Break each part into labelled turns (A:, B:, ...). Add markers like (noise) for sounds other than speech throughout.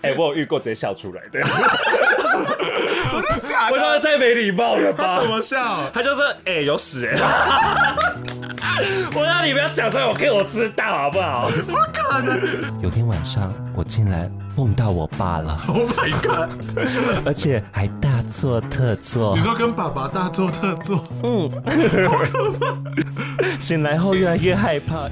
A: 哎、我有遇过直接笑出来的，
B: 真的假
A: 我
B: 的？
A: 说太没礼貌了吧
B: 怎？么笑？，
A: 他就是哎、有屎哎、 (laughs) 我让你不要讲出来，我给我知道好不好？
C: 有天晚上，我竟然梦到我爸了
B: Oh my god！
C: 而且还大做特做
B: 你。说跟爸爸大做特做，
C: 醒来后越来越害怕。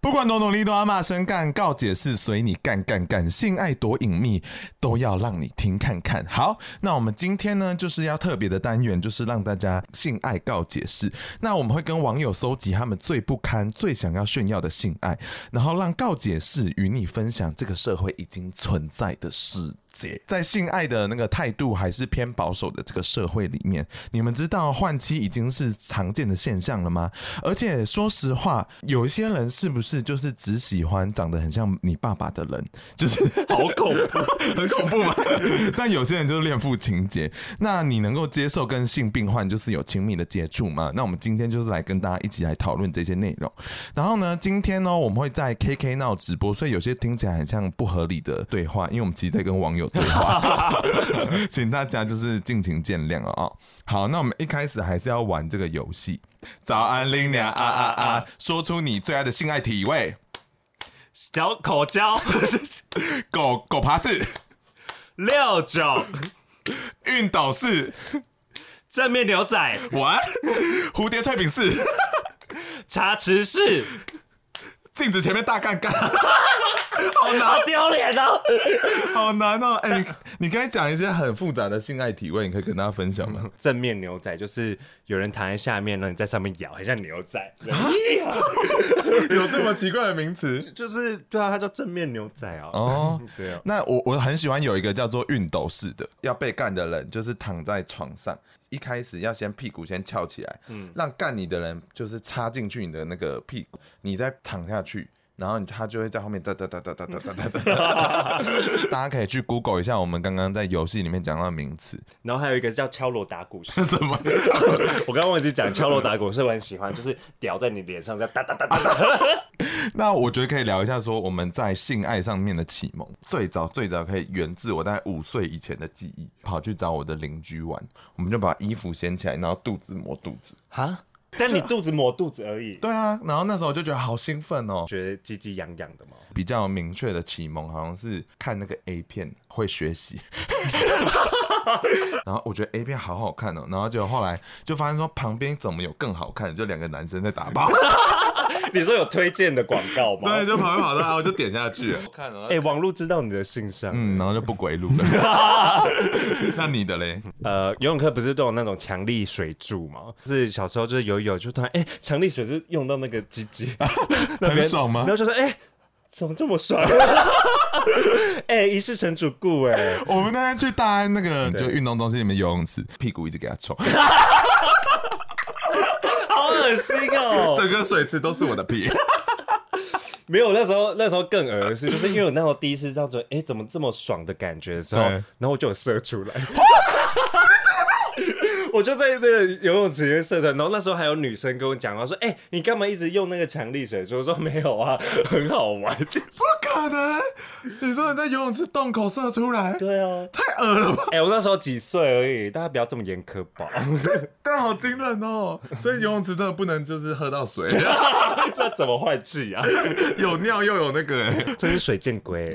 B: 不管多努力，都要骂声干，告解释随你干干干，性爱多隐秘，都要让你听看看。好，那我们今天呢，就是要特别的单元，就是让大家性爱告解释。那我们会跟网友搜集他们最不堪、最想要炫耀的性爱，然后让告解释与你分享这个社会已经存在的事。界，在性爱的那个态度还是偏保守的这个社会里面，你们知道换妻已经是常见的现象了吗？而且说实话，有一些人是不是就是只喜欢长得很像你爸爸的人，就是
A: 好恐怖！
B: 很恐怖嘛？ (laughs) 但有些人就是恋父情节。那你能够接受跟性病患就是有亲密的接触吗？那我们今天就是来跟大家一起来讨论这些内容。然后呢，今天呢，我们会在 KK 闹直播，所以有些听起来很像不合理的对话，因为我们其实在跟网友对话， (laughs) 请大家就是尽情见谅了哦。好，那我们一开始还是要玩这个游戏。早安，林娘啊啊啊！说出你最爱的性爱体位，
A: 小口交
B: 狗狗爬式、
A: 六九
B: 运动式、
A: 正面牛仔
B: 玩 (laughs) 蝴蝶脆饼是
A: 茶匙式，
B: (laughs) 镜子前面大干干， (laughs)
A: 好丢脸哦！
B: 好难哦！哎、你你刚才讲一些很复杂的性爱体位，你可以跟大家分享吗？
A: 正面牛仔就是有人躺在下面，然后你在上面咬，很像牛仔。
B: (laughs) 啊有这么奇怪的名词
A: (laughs) 就是对啊，它叫正面牛仔啊。
B: 哦？
A: 对啊，
B: 那我我很喜欢有一个叫做熨斗式的，要被干的人就是躺在床上，一开始要先屁股先翘起来，嗯，让干你的人就是插进去你的那个屁股，你再躺下去。然后你他就会在后面哒哒哒哒哒哒哒哒 (laughs) 哒，大家可以去 Google 一下我们刚刚在游戏里面讲到的名词，
A: 然后还有一个叫敲锣打鼓式，
B: (laughs) 什么？
A: (laughs) 我刚刚忘记讲敲锣打鼓是我很喜欢，就是屌在你脸上这样哒哒哒哒
B: (laughs)
A: 哒。
B: 那我觉得可以聊一下，说我们在性爱上面的启蒙，最早最早可以源自我大概五岁以前的记忆，跑去找我的邻居玩，我们就把衣服掀起来，然后肚子磨肚子。
A: 哈，但你肚子磨肚子而已，
B: 对啊，然后那时候我就觉得好兴奋哦。
A: 觉得鸡鸡痒痒的吗？
B: 比较明确的启蒙好像是看那个 A 片会学习， (laughs) 然后我觉得 A 片好好看哦，然后就后来就发现说旁边怎么有更好看的，就两个男生在打 (laughs) 炮，
A: 你说有推荐的广告吗？
B: 对，就跑一跑到，然后我就点下去了，看了
A: 哎、网络知道你的性向。
B: 嗯，然后就不归路了。 (laughs) 那你的嘞？
A: 呃，游泳课不是都有那种强力水柱吗？就是小时候就是游一游，就突然哎，强、力水柱用到那个鸡鸡， (laughs) 那边
B: 很爽吗
A: 然后就说哎、怎么这么爽？ (laughs) 哎、一世成主顾哎、
B: 我们那天去大安那个就运动中心里面游泳池，屁股一直给他冲，
A: 好恶心哦、
B: (laughs) 整个水池都是我的屁。
A: 没有，那时候那时候更恶 (laughs) 心，就是因为我那时候第一次这样子，哎、怎么这么爽的感觉的时候，
B: 对
A: 然后我就有射出 (laughs) 来。我就在那个游泳池里面射出来，然后那时候还有女生跟我讲，她说：“哎、你干嘛一直用那个强力水柱？”我说：“ (laughs) 没有啊，很好玩。
B: 不 (laughs) 可能！你说你在游泳池洞口射出来”，
A: 对 (laughs) 啊，
B: 太恶了吧？
A: 哎、我那时候几岁而已，大家不要这么严苛 (laughs) 吧，
B: 但好惊人哦！所以游泳池真的不能就是喝到水， (laughs)
A: 那怎么换气啊？
B: 有尿又有那个欸。
A: 真是水箭 (laughs) 龟、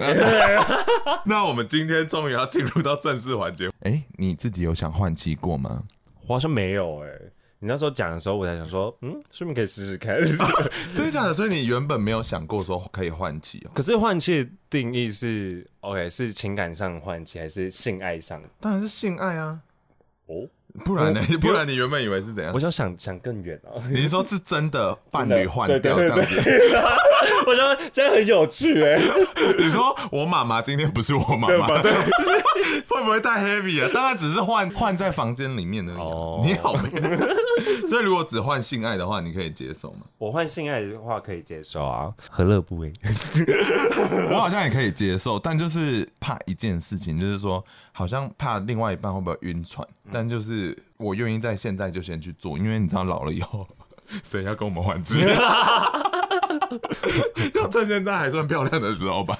B: (laughs) 那我们今天终于要进入到正式环节。哎，你自己有想换妻过吗？
A: 我好像没有哎、你那时候讲的时候，我才想说，嗯，说不定可以试试 (laughs) 看。
B: 真的假的？所以你原本没有想过说可以换妻哦？
A: 可是换气的定义是 OK，是情感上的换气还是性爱上的？
B: 当然是性爱啊，
A: 哦，
B: 不然呢？不然你原本以为是怎样
A: 我？想想想更远啊，
B: 你是说是真的伴侣换
A: 对对
B: 掉
A: 对
B: 这样
A: 对
B: 子？
A: (laughs) 我觉得这样很有趣哎、
B: 你说我妈妈今天不是我妈
A: 对
B: 妈 (laughs)
A: 吧？，对，
B: 会不会太 heavy 啊？当然只是换换在房间里面而已啊、
A: 哦
B: 你好没 (laughs) 有，所以如果只换性爱的话，你可以接受吗？
A: 我换性爱的话可以接受啊，何乐不为？
B: (laughs) 我好像也可以接受，但就是怕一件事情，就是说好像怕另外一半会不会晕船，但就是我愿意在现在就先去做，因为你知道老了以后。 (laughs) 谁要跟我们 (laughs) 换职业？要趁现在还算漂亮的时候 (laughs) 吧。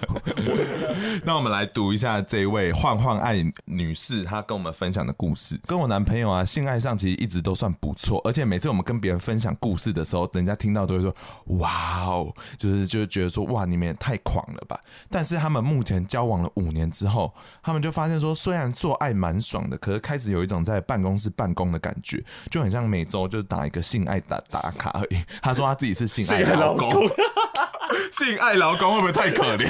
B: 那我们来读一下这位换换爱女士，她跟我们分享的故事。跟我男朋友啊，性爱上其实一直都算不错，而且每次我们跟别人分享故事的时候，人家听到都会说：“哇哦！”就是就是觉得说：“哇，你们也太狂了吧！”但是他们目前交往了五年之后，他们就发现说，虽然做爱蛮爽的，可是开始有一种在办公室办公的感觉，就很像每周就打一个性爱打打卡而已。他说他自己是性爱
A: 性爱
B: 老
A: 老
B: 公。性爱劳工会不会太可 (laughs) 怜？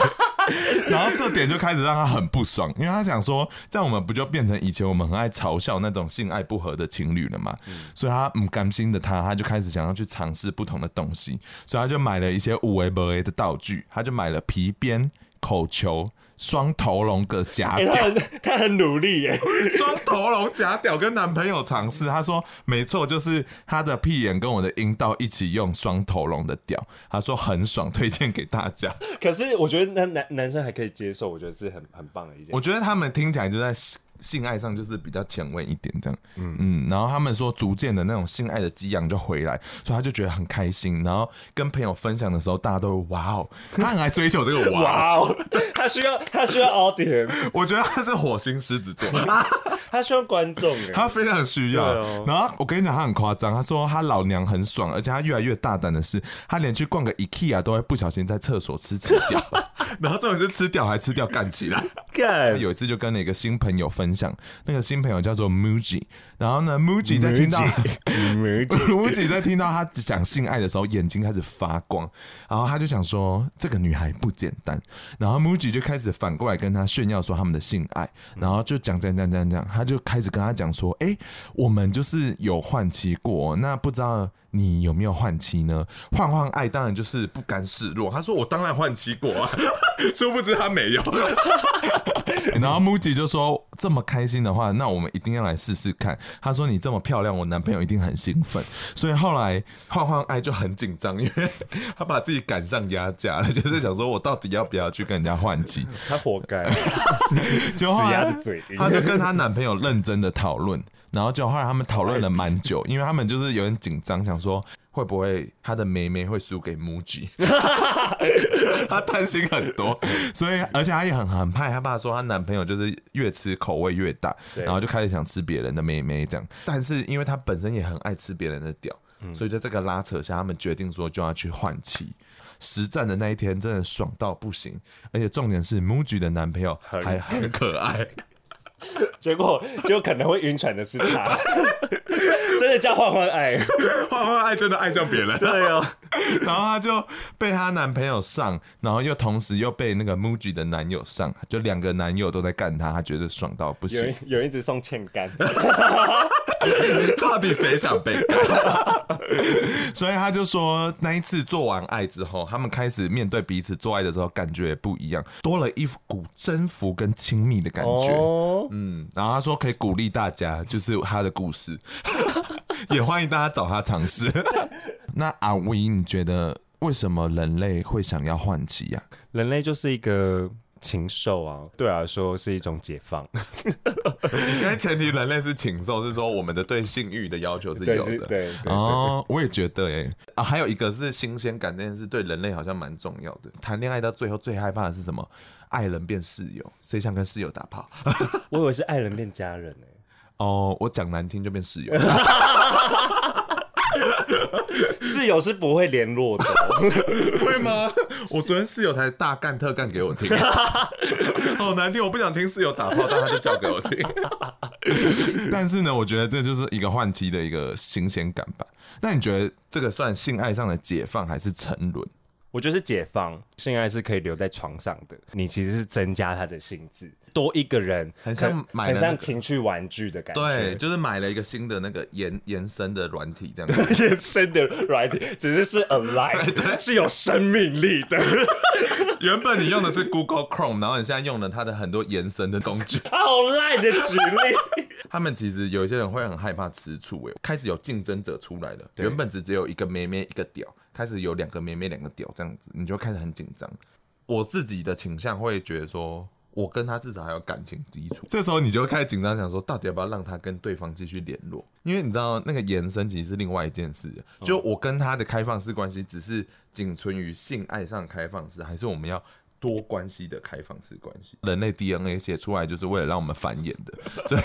B: 然后这点就开始让他很不爽，因为他想说，这样我们不就变成以前我们很爱嘲笑那种性爱不合的情侣了嘛？所以他不甘心的他，他就开始想要去尝试不同的东西，所以他就买了一些五维博维的道具，他就买了皮鞭、口球、双头龙的 (laughs) 夹
A: (laughs) 哎
B: 表。
A: 他很他很努力耶，
B: 双头龙假屌跟男朋友尝试，她说没错，就是她的屁眼跟我的阴道一起用双头龙的屌，她说很爽，推荐给大家。
A: 可是我觉得那男男生还可以接受，我觉得是很很棒的一件
B: 我。觉得他们听起来就在性性爱上就是比较前卫一点这样，嗯然后他们说逐渐的那种性爱的激扬就回来，所以他就觉得很开心，然后跟朋友分享的时候，大家都会哇哦，他很爱追求这个哇
A: 哇
B: 哦，
A: 哦，他需要他需要 audience，
B: 我觉得他是火星狮子座，
A: 他需要观众哎。
B: 他非常需要。
A: 对哦
B: 然后我跟你讲，他很夸张，他说他老娘很爽，而且他越来越大胆的是，他连去逛个 IKEA 都会不小心在厕所吃吃掉，然后这种是吃掉还吃掉干起来。
A: 干
B: (laughs) 有一次就跟了一个新朋友分享，那个新朋友叫做 Muji，然后呢，Muji 在听到 (laughs) Muji 在听到他讲性爱的时候，眼睛开始发光，然后他就想说这个女孩不简单，然后 Muji 就开始反过来跟他炫耀说他们的性爱，然后就讲讲讲讲讲，他就开始跟他讲说，哎、我们就是有换妻过，那不知道。你有没有换妻呢？换换爱当然就是不甘示弱。他说：“我当然换妻过啊， (laughs) 殊不知他没有。” (laughs) 然后 Muji 就说：“这么开心的话，那我们一定要来试试看。”他说：“你这么漂亮，我男朋友一定很兴奋。”所以后来换换爱就很紧张，因为 (laughs) 他把自己赶上压价了，就是想说我到底要不要去跟人家换妻？
A: 他活该，死
B: 就后
A: 鸭
B: 来
A: 子嘴硬。
B: 她就跟她男朋友认真的讨论，然后就后来他们讨论了蛮久，因为他们就是有点紧张，想说会不会她的妹妹会输给 Muji，她担心很
A: (laughs)
B: 多，所以而且她也很很怕，她爸说她男朋友就是越吃口味越大，
A: 对
B: 然后就开始想吃别人的妹妹这样，但是因为她本身也很爱吃别人的屌，
A: 嗯
B: 所以在这个拉扯下，他们决定说就要去换妻。实战的那一天真的爽到不行，而且重点是 Muji 的男朋友
A: 很
B: 还很可
A: (laughs)
B: 爱，
A: 结果结果可能会晕船的是 (laughs) 他，真的叫换换爱。
B: (laughs) 换换爱真的爱上别人，
A: 对哦，
B: 然后她就被她男朋友上，然后又同时又被那个 Muji 的男友上，就两个男友都在干她，她觉得爽到不
A: 有
B: 行
A: 人。有人一直送欠干，
B: (laughs) 到底谁想被干？所以她就说，那一次做完爱之后，他们开始面对彼此做爱的时候，感觉也不一样，多了一股征服跟亲密的感觉。
A: 哦，
B: 嗯，然后她说可以鼓励大家，就是她的故事， (laughs) 也欢迎大家找她尝试。 (laughs) 那阿威，你觉得为什么人类会想要啊换妻
A: (laughs)
B: 呀、
A: 人类就是一个禽兽啊，对我来说是一种解放。
B: 因为前提人类是禽兽，是说我们的对性欲的要求是
A: 对
B: 有
A: 是
B: 的。
A: 对对
B: 哦，我也觉得哎、啊，还有一个是新鲜感这件事，对人类好像蛮重要的。谈恋爱到最后最害怕的是什么？爱人变室友，谁想跟室友打炮？
A: 我以为是爱人变家人欸呢、
B: 哦，我讲难听就变
A: (laughs)
B: 室友。
A: 室友是不会联络的， (laughs)
B: 会吗？ (laughs) 我昨天室友才大干特干给
A: (laughs)
B: 我听，好难听，我不想听室友打炮，但他就叫给
A: (laughs)
B: 我听。但是呢，我觉得这就是一个换妻的一个新鲜感吧。那你觉得这个算性爱上的解放还是沉沦？
A: 我觉得是解放，性爱是可以留在床上的，你其实是增加他的性质。多一个人，
B: 很像
A: 看
B: 买
A: 很
B: 了那
A: 像
B: 个
A: 情趣玩具的感觉
B: 对，。就是买了一个新的那个延延伸的软体这样子。
A: 延伸的 right，只是是 (laughs) alive，是有生命力 (laughs) 的。
B: 原本你用的是 Google Chrome，然后你现在用了它的很多延伸的工具。
A: 啊好烂的举 (laughs) 例，
B: 他们其实有一些人会很害怕吃醋、欸，开始有竞争者出来了。
A: 对
B: 原本只只有一个妹妹一个屌，开始有两个妹妹两个屌这样子，你就开始很紧张。我自己的倾向会觉得说，我跟他至少还有感情基础，这时候你就会开始紧张，想说到底要不要让他跟对方继续联络？因为你知道那个延伸其实是另外一件事，就我跟他的开放式关系只是仅存于性爱上的开放式，还是我们要？多关系的开放式关系，人类 DNA 写出来就是为了让我们繁衍的，所以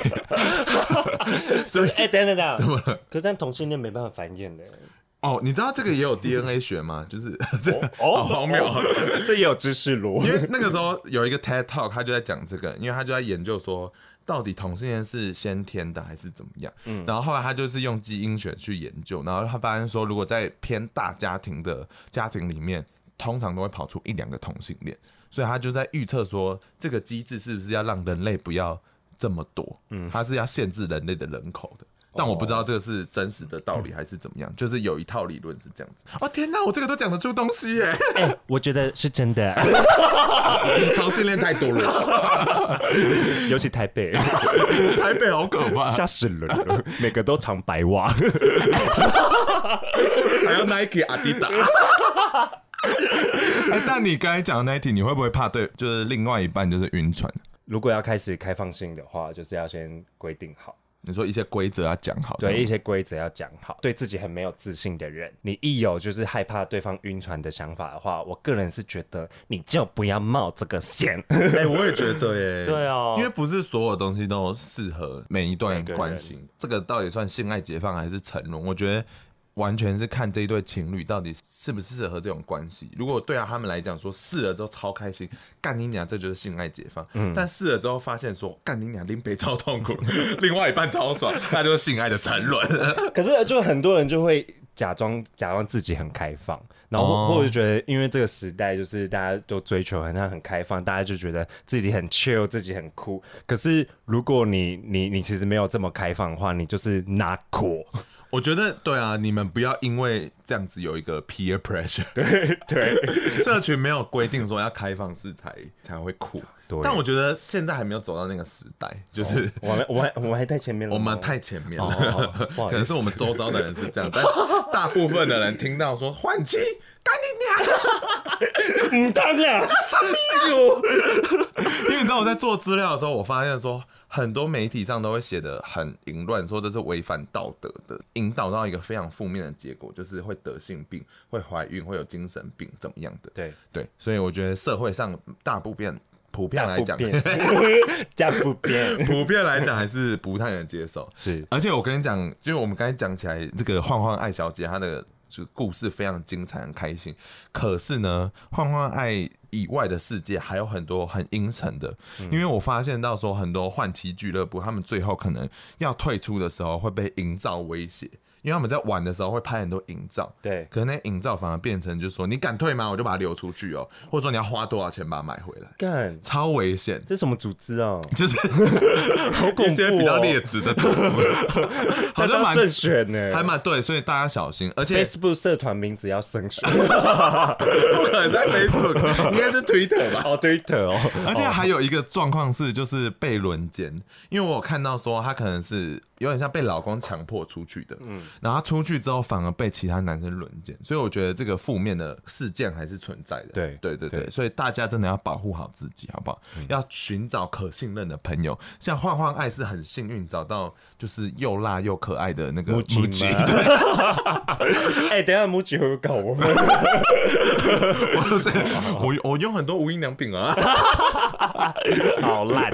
A: 所以哎，等等等，怎么了？可是这样同性恋没办法繁衍的。
B: 哦，你知道这个也有 DNA 学吗？就是 (laughs) 这好荒谬啊。
A: 哦 (laughs) 这也有知识罗
B: 因为那个时候有一个 TED Talk，他就在讲这个，因为他就在研究说到底同性恋是先天的还是怎么样。然后后来他就是用基因学去研究，然后他发现说，如果在偏大家庭的家庭里面，通常都会跑出一两个同性恋，所以他就在预测说，这个机制是不是要让人类不要这么多？嗯，哦它是要限制人类的人口的。但我不知道这个是真实的道理还是怎么样，就是有一套理论是这样子。哦天哪，我这个都讲得出东西耶！
A: 哎，我觉得是真的， (laughs)
B: 哦同性恋太多 (laughs) 了。
A: 尤其台 (laughs) 北，
B: (laughs) 台北好可怕，
A: 吓死人了， (laughs) 每个都长白袜。
B: 还有 Nike、阿迪达。 (laughs) 哎但你刚才讲的那一题，你会不会怕对，就是另外一半就是晕船？
A: 如果要开始开放性的话，就是要先规定好，
B: 你说一些规则要讲好，
A: 对
B: 这
A: 一
B: 样
A: 些规则要讲好。对自己很没有自信的人，你一有就是害怕对方晕船的想法的话，我个人是觉得你就不要冒这个险。
B: (laughs) 哎、我也觉得耶，
A: 对啊
B: 因为不是所有东西都适合每一段关系。这个到底算性爱解放还是沉沦？我觉得完全是看这一对情侣到底适不适合这种关系。如果对啊他们来讲说试了之后超开心，干你娘，这就是性爱解放。但试了之后发现说干你娘，林北超痛苦， (laughs) 另外一半超爽，那就是性爱的沉沦。 (laughs)
A: 可是就很多人就会假装假装自己很开放，然后
B: 哦
A: 或或者觉得，因为这个时代就是大家都追求好像很开放，大家就觉得自己很 chill，自己很酷。可是如果你你你其实没有这么开放的话，你就是 not cool。
B: 我觉得对啊，你们不要因为这样子有一个 peer pressure，
A: (laughs) 对对，
B: (laughs) 社群没有规定说要开放式才才会酷
A: 对，
B: 但我觉得现在还没有走到那个时代，就是。
A: 我们我们我们还在前面了吗，
B: 我们太前面
A: 哦哦
B: 了
A: 不好意思，
B: 可能是我们周遭的人是这样，但大部分的人听到说换妻，干你娘！
A: 嗯当然，
B: (laughs) 因为你知道我在做资料的时候，我发现说很多媒体上都会写的很淫乱，说这是违反道德的，引导到一个非常负面的结果，就是会得性病、会怀孕、会有精神病怎么样的。
A: 对，
B: 对，所以我觉得社会上大部分普遍来讲，
A: (laughs) 加不变
B: 普遍来讲还是不太能接受。
A: 是
B: 而且我跟你讲，就是我们刚才讲起来，这个焕焕爱小姐她的就故事非常精彩，很开心。可是呢，焕焕爱以外的世界还有很多很阴沉的，因为我发现到说很多换妻俱乐部，他们最后可能要退出的时候会被营造威胁，因为他们在玩的时候会拍很多营造。
A: 对
B: 可能那营造反而变成就是说，你敢退吗？我就把它流出去哦，或者说你要花多少钱把它买回来，
A: 干，
B: 超危险。
A: 这什么组织啊？
B: 就是
A: (laughs) 好恐
B: 一些
A: 怖
B: 比较
A: 哦
B: 劣质的 (laughs) 组织，好
A: (laughs) 大
B: 像
A: 家
B: 蛮
A: 慎选呢，
B: 还蛮对，所以大家小心，而且
A: Facebook 社团名字要慎 (laughs) 选。
B: 不可能在 Facebook，应该是 Twitter 吧。
A: 哦，Twitter (laughs) 哦，
B: (laughs) 而且还有一个状况是，就是被轮奸，因为我有看到说她可能是有点像被老公强迫出去的，嗯，然后她出去之后反而被其他男生轮奸，所以我觉得这个负面的事件还是存在的。
A: 对
B: 对对对，
A: 对
B: 所以大家真的要保护好自己，好不好？要寻找可信任的朋友，像焕焕爱是很幸运找到就是又辣又可爱的那个
A: 母鸡
B: 母鸡 (laughs)
A: 吗哎，等一下母姐会不会告我们？ (laughs)
B: 不是，我我用很多无印良品啊。
A: 好烂。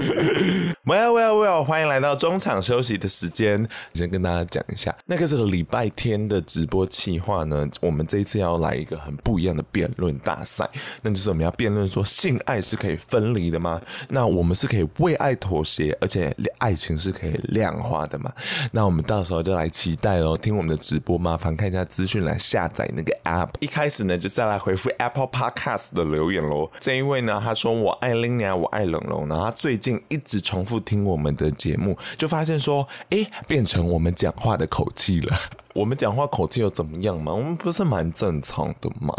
B: Well, well, well！欢迎来到中场休息的时间，先跟大家讲一下，那个这个礼拜天的直播企划呢，我们这一次要来一个很不一样的辩论大赛，那就是我们要辩论说性爱是可以分离的吗？那我们是可以为爱妥协，而且爱情是可以量化的嘛？那我们到时候就来期待哦，听我们的直播，麻烦看一下资讯栏下载那个 app。一开始呢，就是要来回复 Apple Podcast 的留言喽。这一位呢，他说我爱 l i n a 我爱冷龙，然后他最近一直重复听我们的节目，就发现说，诶，变成我们讲话的口气了。 (laughs) 我们讲话口气有怎么样吗？我们不是蛮正常的吗？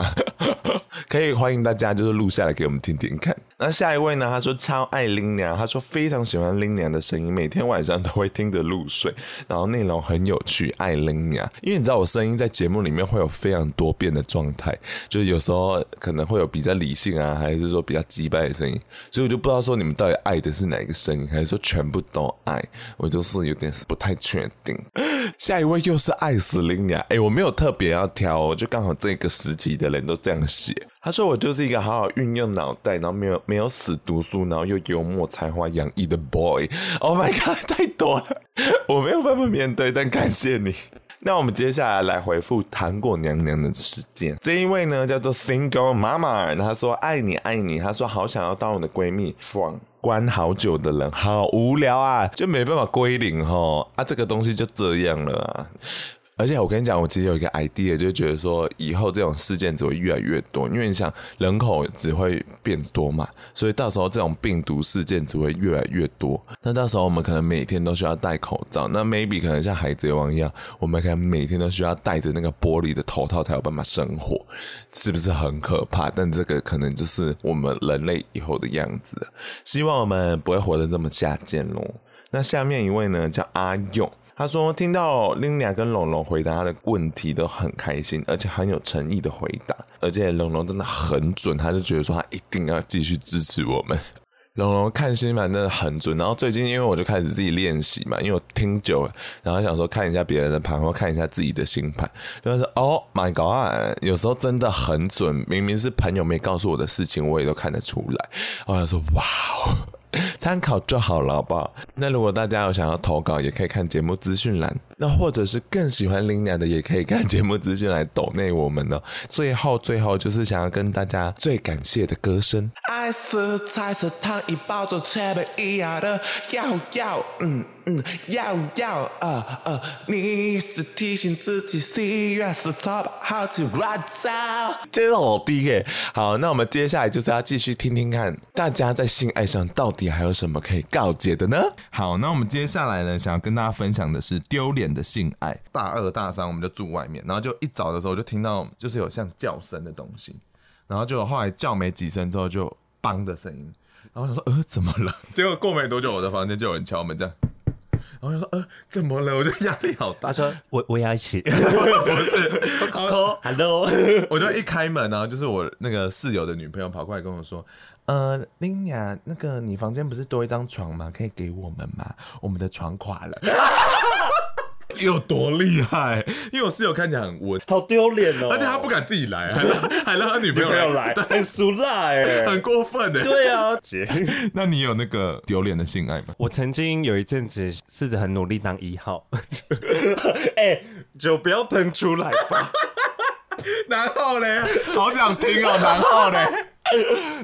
B: (laughs) 可以欢迎大家就是录下来给我们听听看。那下一位呢？他说超爱林娘，他说非常喜欢林娘的声音，每天晚上都会听着入睡，然后内容很有趣，爱林娘。因为你知道我声音在节目里面会有非常多变的状态，就是有时候可能会有比较理性啊，还是说比较击败的声音，所以我就不知道说你们到底爱的是哪一个声音，还是说全部都爱，我就是有点不太确定。 (laughs) 下一位又是爱死林雅，哎、我没有特别要挑哦，就刚好这个时期的人都这样写。他说我就是一个好好运用脑袋，然后没有没有死读书，然后又幽默才华洋溢的 boy。Oh my god，太多了， (laughs) 我没有办法面对，但感谢你。那我们接下来来回复糖果娘娘的事件。这一位呢叫做 Single Mama，她说爱你爱你，她说好想要当我的闺蜜 from。关好久的人好无聊啊，就没办法归零哈啊，这个东西就这样了啊。而且我跟你讲，我其实有一个 idea，就是觉得说以后这种事件只会越来越多，因为你想人口只会变多嘛，所以到时候这种病毒事件只会越来越多。那到时候我们可能每天都需要戴口罩，那 maybe 可能像海贼王一样，我们可能每天都需要戴着那个玻璃的头套才有办法生活，是不是很可怕？但这个可能就是我们人类以后的样子了。希望我们不会活得这么下贱喽。那下面一位呢，叫阿用。他说听到 Lina 跟龙龙回答他的问题都很开心，而且很有诚意的回答，而且龙龙真的很准，他就觉得说他一定要继续支持我们。龙龙看新版真的很准，然后最近因为我就开始自己练习嘛，因为我听久了，然后想说看一下别人的盘，或看一下自己的新盘，就是 Oh my God，有时候真的很准，明明是朋友没告诉我的事情，我也都看得出来。我想说哇哦。参考就好了，好不好？那如果大家有想要投稿，也可以看节目资讯栏。那或者是更喜欢林娘的，也可以看节目资讯来抖内我们呢。最后，最后就是想要跟大家最感谢的歌声。爱是菜是汤，一包就切不一样的，要要嗯嗯要要呃呃，你是提醒自己四月是充满好奇，我操，这好低耶、好，那我们接下来就是要继续听听看，大家在性爱上到底还有什么可以告诫的呢？好，那我们接下来呢，想要跟大家分享的是丢脸的性爱。大二大三我们就住外面，然后就一早的时候就听到就是有像叫声的东西。然后就后来叫没几声之后就“梆”的声音，然后我想说呃怎么了？ (laughs) 结果过没多久我的房间就有人敲门这样，然后我就说呃怎么了？我就压力好 (laughs) 大
A: 他，说我我也要一起
B: 不是，然后
A: (laughs) ，Hello，
B: 我就一开门然后就是我那个室友的女朋友跑过来跟我说。呃，林雅，那个你房间不是多一张床吗？可以给我们吗？我们的床垮了， (laughs) 有多厉害？因为我室友看起来很温，
A: 好丢脸哦，
B: 而且他不敢自己来，还让还让他女
A: 没
B: 朋友
A: 有来，(laughs)
B: 对
A: 很俗辣 (laughs) 哎，
B: 很过分欸的。
A: 对啊，姐。
B: (laughs) 那你有那个丢脸的性爱吗？
A: 我曾经有一阵子试着很努力当一号， (laughs) 哎、酒不要喷出来吧。
B: 然后嘞，好想听
A: (laughs)
B: 哦。然后嘞，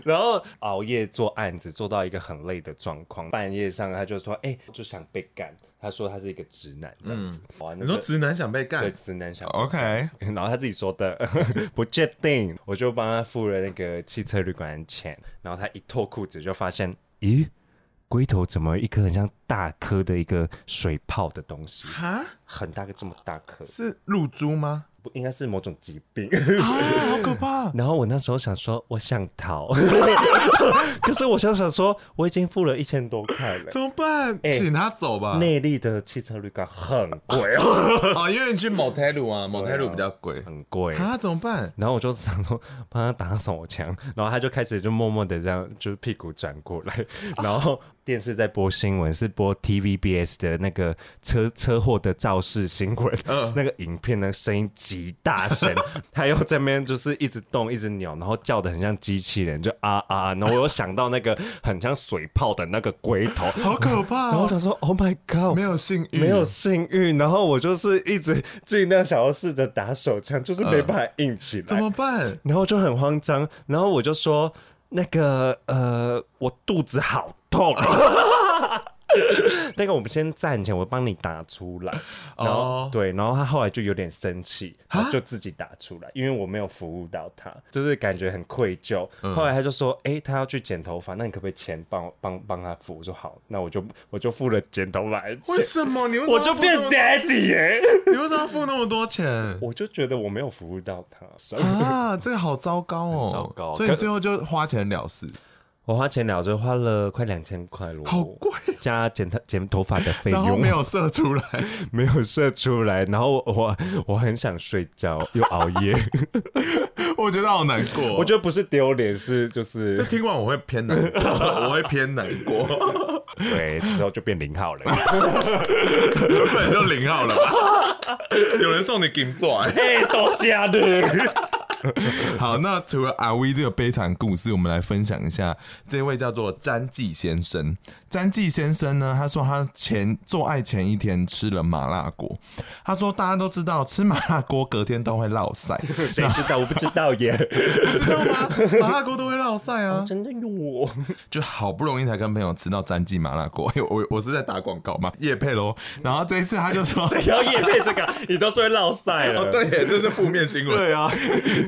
A: 然后熬夜做案子，做到一个很累的状况，半夜上他就说：“哎、就想被干。”他说他是一个直男这样子。哇，
B: 你
A: 嗯你
B: 说直男想被
A: 对
B: 干
A: 直男想
B: ？OK，
A: 然后他自己说的 (laughs) 不确定，我就帮他付了那个汽车旅馆的钱，然后他一脱裤子就发现，咦，龟头怎么一颗很像大颗的一个水泡的东西，
B: 哈，
A: 很大个这么大颗，
B: 是露珠吗？
A: 不应该是某种疾病。 (laughs)
B: 啊，好可怕！
A: 然后我那时候想说，我想逃， (laughs) 可是我想想说，我已经付了一千多块
B: (laughs)
A: 了。
B: 怎么办？
A: 哎
B: 请他走吧。
A: 内力的汽车旅馆很贵，
B: 哦，因为你去 motel 啊，motel 比较贵
A: 很贵。
B: 啊，怎么办？ (laughs)
A: 然后我就想说帮他打手枪，
B: 哦
A: (laughs) 然后他就开始就默默的这样，就是屁股转过来，然后电视在播新闻，是播 TVBS 的那个车车祸的肇事新闻，(laughs)
B: 嗯
A: 那个影片呢声音极大声， (laughs) 他又在那边就是一直动一直扭，然后叫的很像机器人，就啊啊，啊然后我又想到那个很像水泡的那个龟头，
B: 好可怕、哦
A: 然后我想说 Oh my God，
B: 没有嗯性欲，
A: 没有幸运，然后我就是一直尽量想要试着打手枪，就是没办法硬起来，
B: 嗯怎么办？
A: 然后就很慌张，然后我就说那个呃，我肚子好痛。 (laughs) 那个我们先站起来，我帮你打出来。然后、
B: 哦
A: 对，然后他后来就有点生气，他就自己打出来，因为我没有服务到他，就是感觉很愧疚。
B: 嗯
A: 后来他就说：“哎、他要去剪头发，那你可不可以钱帮我帮帮他付？”我说：“好，那我就我就付了剪头发的钱。
B: 为什么你为什么
A: 我
B: 要
A: 就
B: 付
A: 变
B: 那么
A: daddy 耶、 (laughs)
B: 你为什么要付那么多钱？
A: 我就觉得我没有服务到他，所以
B: (laughs) 啊，这个好糟糕哦，
A: 很糟糕
B: 所以你最后就花钱了事，
A: 我花钱了就花了快两千块咯，
B: 好贵啊
A: 加剪头剪头发的费
B: 然后
A: 用，
B: 没有射出来，
A: (laughs)
B: (laughs)
A: 没有射出来，然后我我我很想睡觉，又熬
B: (laughs)
A: 夜，
B: 我觉得好难过。哦
A: 我觉得不是丢脸，是就是
B: (laughs) 这听完我会偏难过， (laughs) 我会偏难过，
A: 对，之后就变零号了。
B: 原本就零号了吧？有人送你金座、哎
A: 哎，多吓的，
B: (laughs) 好，那除了阿威这个悲惨故事，我们来分享一下这位叫做詹记先生。詹记先生呢，他说他前做爱前一天吃了麻辣锅。他说大家都知道吃麻辣锅隔天都会落腮，
A: 谁知道？我不知道
B: (laughs)
A: 耶，
B: 知道吗？ (laughs) 麻辣锅都会落腮啊，
A: 真的我
B: 就好不容易才跟朋友吃到詹记麻辣锅。哎、我我是在打广告吗？叶配喽。然后这一次他就说。
A: 谁要夜配这个？你都是会落赛了。
B: 哦，对耶，这是负面新闻。
A: 对啊，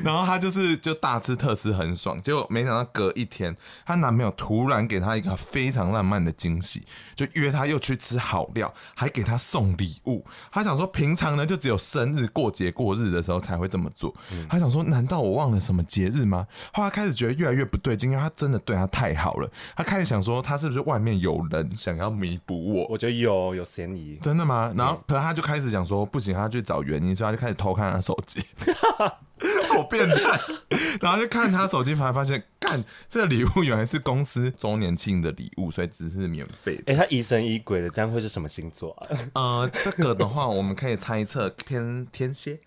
B: 然后她就是就大吃特吃很爽，结果没想到隔一天，她男朋友突然给她一个非常浪漫的惊喜，就约她又去吃好料，还给她送礼物。她想说，平常呢就只有生日、过节、过日的时候才会这么做。她想说，难道我忘了什么节日吗？后来开始觉得越来越不对劲，因为她真的对她太好了。她开始想说，她是不是外面有人想要弥补我？
A: 我觉得有有嫌疑，
B: 真的吗？然后，可是他就开始讲说不行，他去找原因，所以他就开始偷看他手 (laughs) 机，好变态。然后就看他手机，才发现，干这个礼物原来是公司周年庆的礼物，所以只是免费的。
A: 哎，他疑神疑鬼的，这样会是什么星座啊？
B: 呃，这个的话，我们可以猜测偏天 (laughs) 蝎。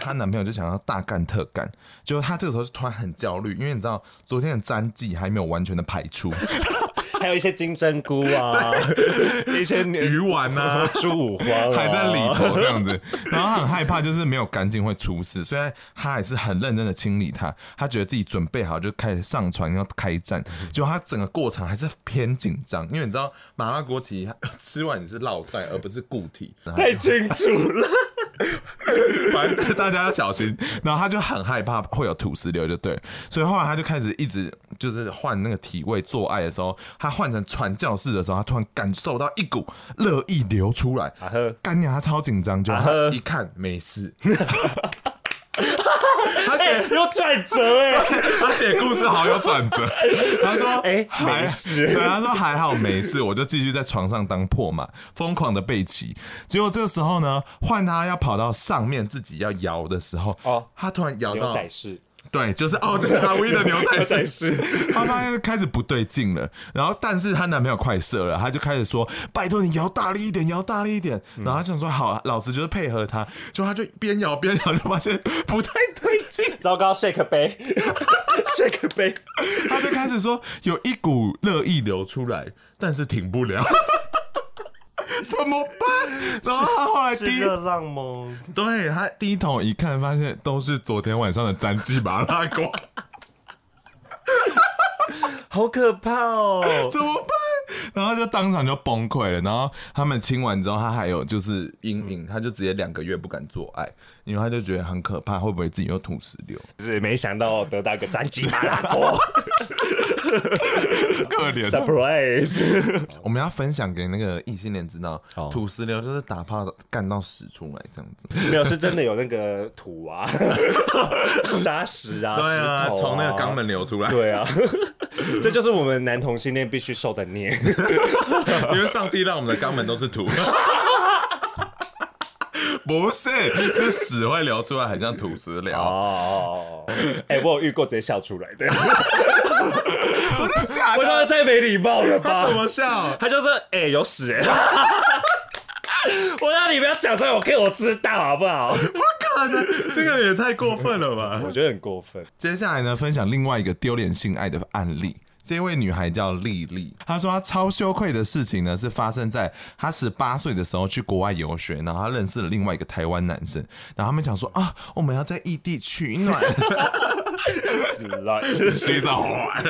B: 她男朋友就想要大干特干，结果她这个时候就突然很焦虑，因为你知道昨天的战绩还没有完全的排出，
A: 还有一些金针菇啊，一些
B: 鱼丸啊，
A: (laughs) 猪五花啊
B: 还在里头这样子，然后他很害怕，就是没有干净会出事，虽然他还是很认真的清理它，他觉得自己准备好就开始上船要开战，结果他整个过程还是偏紧张，因为你知道麻辣锅其实它吃完你是落塞而不是固体，
A: 太清楚了。
B: (laughs) 反正大家要小心。然后他就很害怕会有土石流，就对了，所以后来他就开始一直就是换那个体位做爱的时候，他换成传教士的时候，他突然感受到一股热意流出来，
A: 啊呵，
B: 干娘他超紧张，就
A: 啊呵
B: 他一看没事。他
A: 哎、
B: 写
A: 又转折哎、
B: (laughs) 他写故事好有转
A: (laughs)
B: 折，他说：“
A: 哎
B: 还
A: 没事
B: 对，他说还好没事，我就继续在床上当破马，疯狂的背骑。结果这时候呢，换他要跑到上面自己要摇的时候，
A: 哦
B: 哦，他突然摇
A: 牛
B: 到
A: 仔式，
B: 对，就是哦，这是阿威的 (laughs)
A: (laughs)
B: 牛仔
A: 牛
B: 式
A: 仔。
B: 她发现开始不对劲了，然后但是她男朋友快射了，她就开始说：“拜托你摇大力一点，摇大力一点。”然后她想说：“好，啊老子就是配合她。”就她就边摇边摇，就发现不太对劲，
A: 糟糕，shake 杯 (laughs) ，shake
B: (laughs)
A: 杯，
B: 她就开始说有一股热意流出来，但是停不了。 (laughs) 怎么办？然后她后来低
A: 浪吗？
B: 对他低头一看，发现都是昨天晚上的粘鸡麻辣锅。
A: 好可怕
B: (laughs)
A: 哦！
B: 怎么办？然后就当场就崩溃了。然后他们亲完之后，他还有就是阴影，他就直接两个月不敢做爱，因为他就觉得很可怕，会不会自己又吐石榴？
A: 是没想到得到一个战绩麻辣锅
B: (laughs) 可怜。哦 (laughs)
A: ，surprise！
B: 我们要分享给那个异性恋知道
A: 哦，
B: 吐石榴就是打炮干到屎出来这样 (laughs) 子。
A: 没有，是真的有那个土啊、 (laughs) 沙石啊、石头、啊，
B: 从那个肛。门流 (laughs) 出来，
A: 对啊， (laughs) 这就是我们男同性恋必须受的孽。
B: 因为上帝让我们的肛门都是土。 (laughs) 不是，是屎会流出来，很像吐石
A: 哦
B: 疗。
A: 哦，哦哦 (laughs) 哎，我有遇过直接笑出 (laughs) 来的，
B: 真的假
A: 我
B: 的？
A: 说他太没礼貌了吧
B: (laughs) 怎？么笑？
A: 他就是哎、有屎哎、 (laughs) 我让你不要讲出来，我给我知道好不好？
B: 看的，这个人也太过分了吧！
A: 我觉得很过分。
B: 接下来呢，分享另外一个丢脸性爱的案例。这位女孩叫丽丽，她说她超羞愧的事情呢，是发生在她十八岁的时候去国外游学，然后她认识了另外一个台湾男生，然后他们想说啊，我们要在异地取暖，
A: 死 (laughs) 了，真
B: 洗澡玩，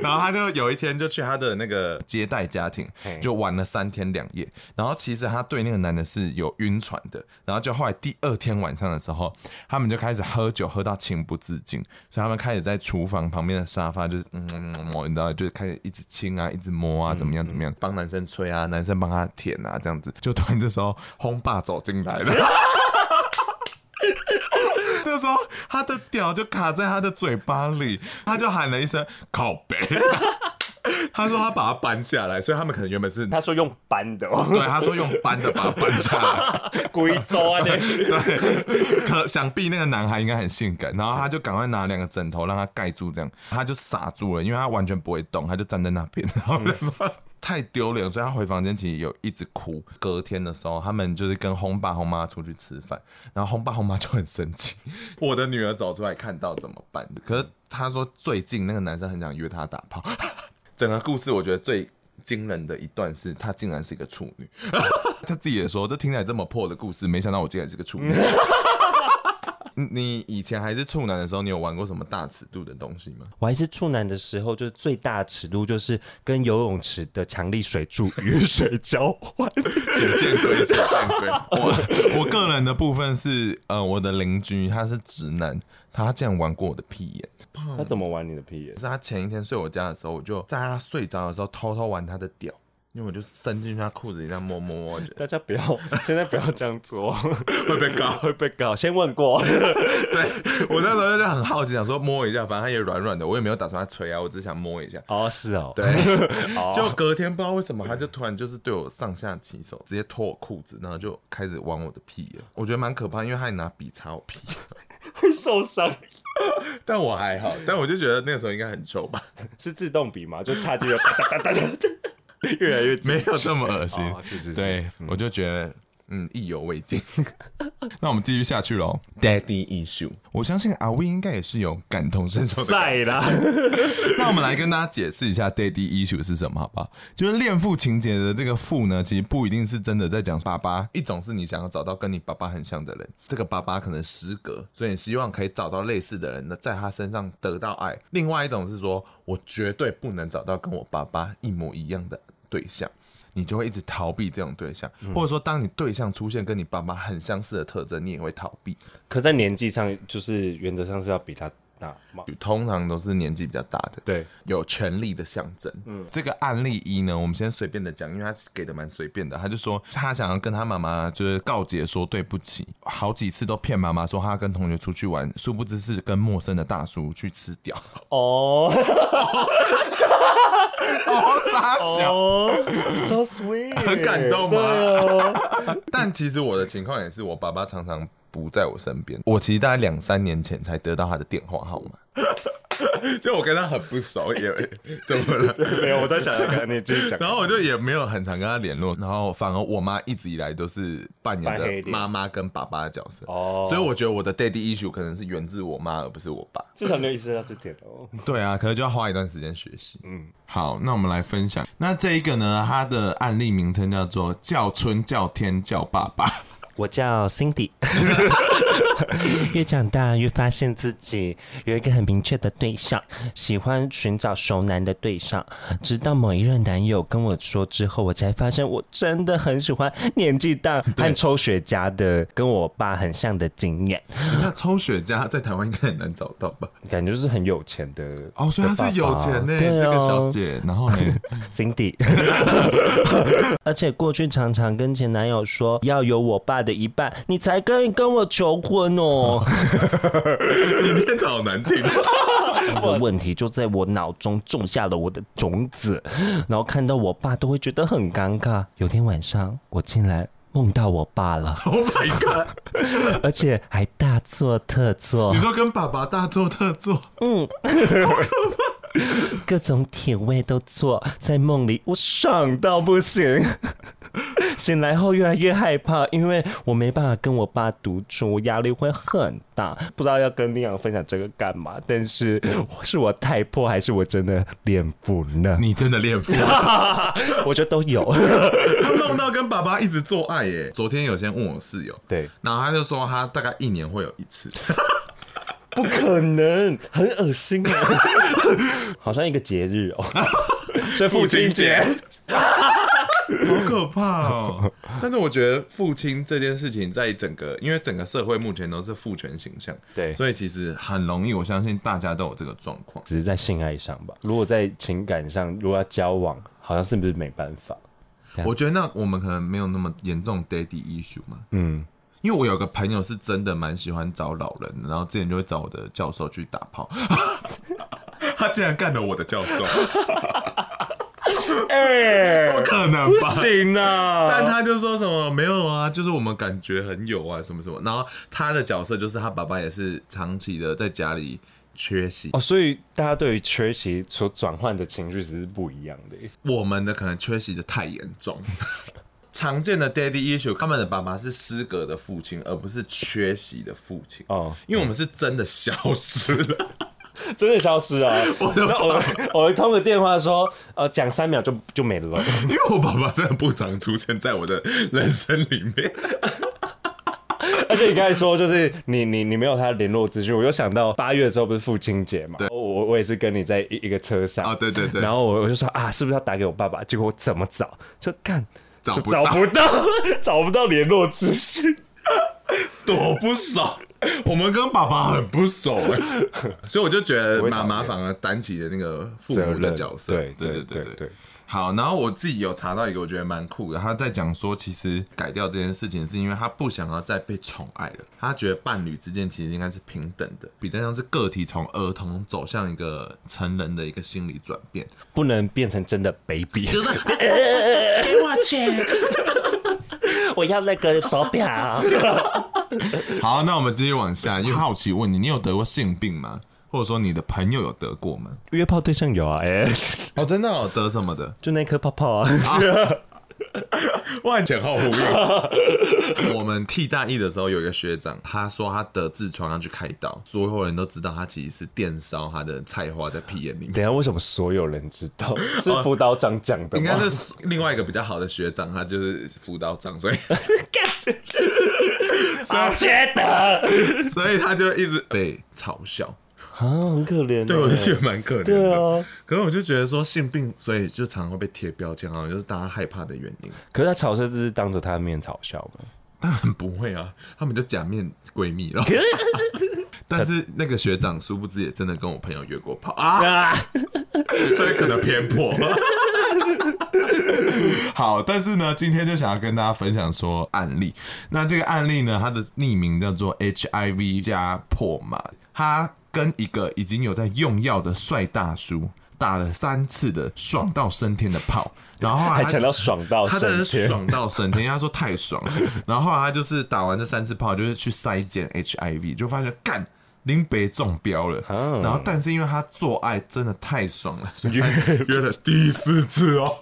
B: 然后她就有一天就去她的那个接待家庭，就玩了三天两夜，然后其实她对那个男的是有晕船的，然后就后来第二天晚上的时候，他们就开始喝酒，喝到情不自禁，所以他们开始在厨房旁边的沙发就是嗯嗯嗯嗯，你知道，就是开始一直亲啊，一直摸啊，怎么样怎么样，帮男生吹啊，男生帮他舔啊，这样子，就突然这时候轰爸走进来了。这时候，他的屌就卡在他的嘴巴里，他就喊了一声“靠背”， (laughs) 他说他把它搬下来，所以他们可能原本是
A: 他说用搬的、 (laughs) 哦，
B: 对，他说用搬的把它搬下来。
A: 贵州啊，那
B: 对，可想必那个男孩应该很性感，然后他就赶快拿两个枕头让他盖住，这样他就傻住了，因为他完全不会动，他就站在那边，然后我就说。太丢脸了，所以他回房间其实有一直哭。隔天的时候，他们就是跟轰爸轰妈出去吃饭，然后轰爸轰妈就很生气，我的女儿走出来看到怎么办？可是他说最近那个男生很想约她打炮。 (laughs) 整个故事我觉得最惊人的一段是，她竟然是一个处女。他自己也说，这听起来这么破的故事，没想到我竟然是个处女。你 (laughs) 你以前还是处男的时候，你有玩过什么大尺度的东西吗？ (laughs)
A: 我还是处男的时候，就是最大尺度就是跟游泳池的强力水柱雨水交 (laughs) 换。
B: 水箭龟，水箭龟。我我个人的部分是，呃，我的邻居他是直男，他竟然玩过我的屁眼。
A: 他怎么玩你的屁眼
B: 可？是他前一天睡我家的时候，我就在他睡着的时候偷偷玩他的屌，因为我就伸进去他裤子里，这样摸摸摸，我觉得
A: 大家不要，现在不要这样做， (laughs)
B: 会被搞。
A: 会被告。先问过，
B: 对我那时候就很好奇，想说摸一下，反正他也软软的，我也没有打算他吹啊，我只是想摸一下。
A: 哦，是哦，
B: 对， (laughs)
A: 哦，
B: 就隔天不知道为什么，他就突然就是对我上下其手，直接脱我裤子，然后就开始玩我的屁眼，我觉得蛮可怕，因为他还拿笔擦我屁，
A: 会 (laughs) 受伤，
B: (laughs) 但我还 (laughs) 好，但我就觉得那时候应该很臭吧，
A: 是自动笔吗？就插进去，哒哒哒哒哒，越来越紧
B: (laughs) 没有这么恶 (laughs) 心，
A: 哦是是是
B: 对，我就觉得。嗯，意犹未 (laughs) 尽。那我们继续下去喽。Daddy issue，我相信阿威应该也是有感同身受的感
A: 在啦，
B: (laughs) 那我们来跟大家解释一下 daddy issue 是什么，好不好？就是恋父情节的这个父呢，其实不一定是真的在讲爸爸，一种是你想要找到跟你爸爸很像的人，这个爸爸可能失格，所以你希望可以找到类似的人，那在他身上得到爱。另外一种是说，我绝对不能找到跟我爸爸一模一样的对象。你就会一直逃避这种对象，或者说，当你对象出现跟你爸妈很相似的特征，你也会逃避。
A: 可在年纪上，就是原则上是要比他大嘛。
B: 通常都是年纪比较大的，
A: 对，
B: 有权力的象征。嗯，这个案例一呢，我们先随便的讲，因为他给的蛮随便的。他就说他想要跟他妈妈就是告解说对不起，好几次都骗妈妈说他跟同学出去玩，殊不知是跟陌生的大叔去吃屌。
A: 哦
B: 哦，傻小。
A: 哦，so (laughs) sweet，
B: 很感动吗
A: 对哦
B: (laughs) 但其实我的情况也是，我爸爸常常不在我身边。我其实大概两三年前才得到他的电话号码， (laughs) 就我跟他很不熟，也怎么了？
A: (laughs) 没有，我在想，你继续讲。
B: 然后我就也没有很常跟他联络，然后反而我妈一直以来都是扮演
A: 扮黑
B: 着
A: 脸
B: 妈妈跟爸爸的角色，
A: 哦
B: 所以我觉得我的 daddy issue 可能是源自我妈，而不是我爸。
A: 至少你有意识到这点哦。
B: (laughs) 对啊，可能就要花一段时间学习。
A: 嗯，
B: 好，那我们来分享，那这一个呢，它的案例名称叫做“叫春叫天叫爸爸
C: 我叫 Cindy，越长大越发现自己有一个很明确的对象，喜欢寻找熟男的对象。直到某一任男友跟我说之后，我才发现我真的很喜欢年纪大和抽雪茄的跟我爸很像的经验，”。
B: (laughs) 你像抽雪茄在台湾应该很难找到吧？
A: 感觉就是很有钱的
B: 哦，所以他是有钱呢、
C: 对啊
B: 这个小姐。然后呢，
C: Cindy。而且过去常常跟前男友说要有我爸的一半，你才可以跟我求婚哦。
B: (laughs) 你念得好难听。啊
C: 这个问题就在我脑中种下了我的种子，然后看到我爸都会觉得很尴尬。有天晚上，我进来梦到我爸了， (laughs)
B: Oh my god！
C: 而且还大做特做
B: 你，说跟爸爸大做特做，
C: 各种体位都做，在梦里我爽到不行。 (laughs) 醒来后越来越害怕，因为我没办法跟我爸独处，我压力会很大。不知道要跟丽阳分享这个干嘛，但是是我太破，还是我真的脸不嫩？ (laughs)
B: 你真的恋父？
C: 我觉得都有。
B: 他梦到跟爸爸一直做爱耶。 (laughs) 昨天有先问我室友，
A: 对，
B: 然后他就说他大概一年会有一 (laughs) 次。
A: 不可能，很恶心啊！ (laughs) 好像一个节日 (laughs) 哦，是父亲节。
B: (laughs) 好可怕 (laughs) 哦！但是我觉得父亲这件事情，在整个因为整个社会目前都是父权形象，
A: 对
B: 所以其实很容易，我相信大家都有这个状况。
A: 只是在性爱上吧。如果在情感上，如果要交往，好像是不是没办法？
B: 我觉得那我们可能没有那么严重 daddy issue 嘛，
A: 嗯，
B: 因为我有个朋友是真的蛮喜欢找老人的，然后之前就会找我的教授去打 (laughs) 炮，他竟然干了我的教授，
A: 哎、
B: 不可能
A: 不
B: 吧？
A: 行
B: 但
A: 啊！
B: 他就说什么没有啊，就是我们感觉很有啊，什么什么。然后他的角色就是他爸爸也是长期的在家里缺席，
A: 哦，所以大家对于缺席所转换的情绪只是不一样的耶。
B: 我们的可能缺席的太严重。 (laughs) 常见的 daddy issue，他们的爸爸是失格的父亲，而不是缺席的父亲。
A: 哦，
B: 因为我们是真的消失了， (laughs)
A: 真的消失啊！
B: 我的
A: 那 (laughs) 我我通个电话说，呃，讲三秒就就没了。
B: 因为我爸爸真的不常出现在我的人生里面。
A: (laughs) 而且你刚才说，就是你你你没有他的联络资讯，我又想到八月的时候不是父亲节嘛，我我我也是跟你在一一个车上
B: 哦对对对
A: 然后我我就说啊，是不是要打给我爸爸？结果我怎么找，就看
B: 找
A: 就
B: 不
A: 找
B: 到
A: 不到， (laughs) 找不到联络资讯。
B: 多不熟，我们跟爸爸很不熟 (laughs) 哎，所以我就觉得妈妈反而担起了那个父母的角色，
A: 责任对
B: 对
A: 对对
B: 对
A: 对。
B: 好，然后我自己有查到一个我觉得蛮酷的，他在讲说，其实改掉这件事情是因为他不想要再被宠爱了，他觉得伴侣之间其实应该是平等的，比较像是个体从儿童走向一个成人的一个心理转变。
A: 不能变成真的 baby，
B: 就是给我钱。
C: 我要那个手表。
B: 好，那我们继续往下，因为好奇问你，你有得过性病吗？或者说你的朋友有得过吗？
A: (laughs) 约炮对象有啊，哎、
B: 哦，真的、哦、得什么的？
A: 就那颗泡泡啊，
B: 万前后呼
C: (laughs)
B: 应。我们替大一的时候，有一个学长，他说他得痔疮要去开刀，所有人都知道他其实是电烧他的菜花在屁眼里面。
A: (laughs) 等一下为什么所有人知道？是辅导长讲的
B: 应
A: 吗
B: 该？是另外一个比较好的学长，他就是辅导
C: (laughs)
B: 长，所以
A: (laughs)
C: 我觉得
B: 所以他就一直被嘲笑。
C: 啊，很可怜。
B: 对，我就觉得蛮可怜的。
C: 对啊，
B: 可是我就觉得说性病，所以就常常会被贴标签，好像就是大家害怕的原因。
A: 可是他嘲笑，这是当着他的面嘲笑吗？
B: 当然不会啊，他们就假面闺蜜
A: (laughs)
B: 了。但是那个学长，殊不知也真的跟我朋友约过炮啊，
C: 啊，
B: 所以可能偏颇。 (laughs) 好，但是呢，今天就想要跟大家分享说案例。那这个案例呢，它的匿名叫做 HIV 加破嘛，他跟一个已经有在用药的帅大叔打了三次的爽到升天的炮，然后
A: 还
B: 还
A: 讲到爽到
B: 啊他
A: 升
B: 真的是
A: 天，
B: 爽到升天，他说太爽
A: (laughs)
B: 了。然后后来他就是打完这三次炮，就是去筛检 HIV，就发现干林北中标了。
A: 啊
B: 然后但是因为他做爱真的太爽了，所以他约了第四次
A: (laughs)
B: 哦。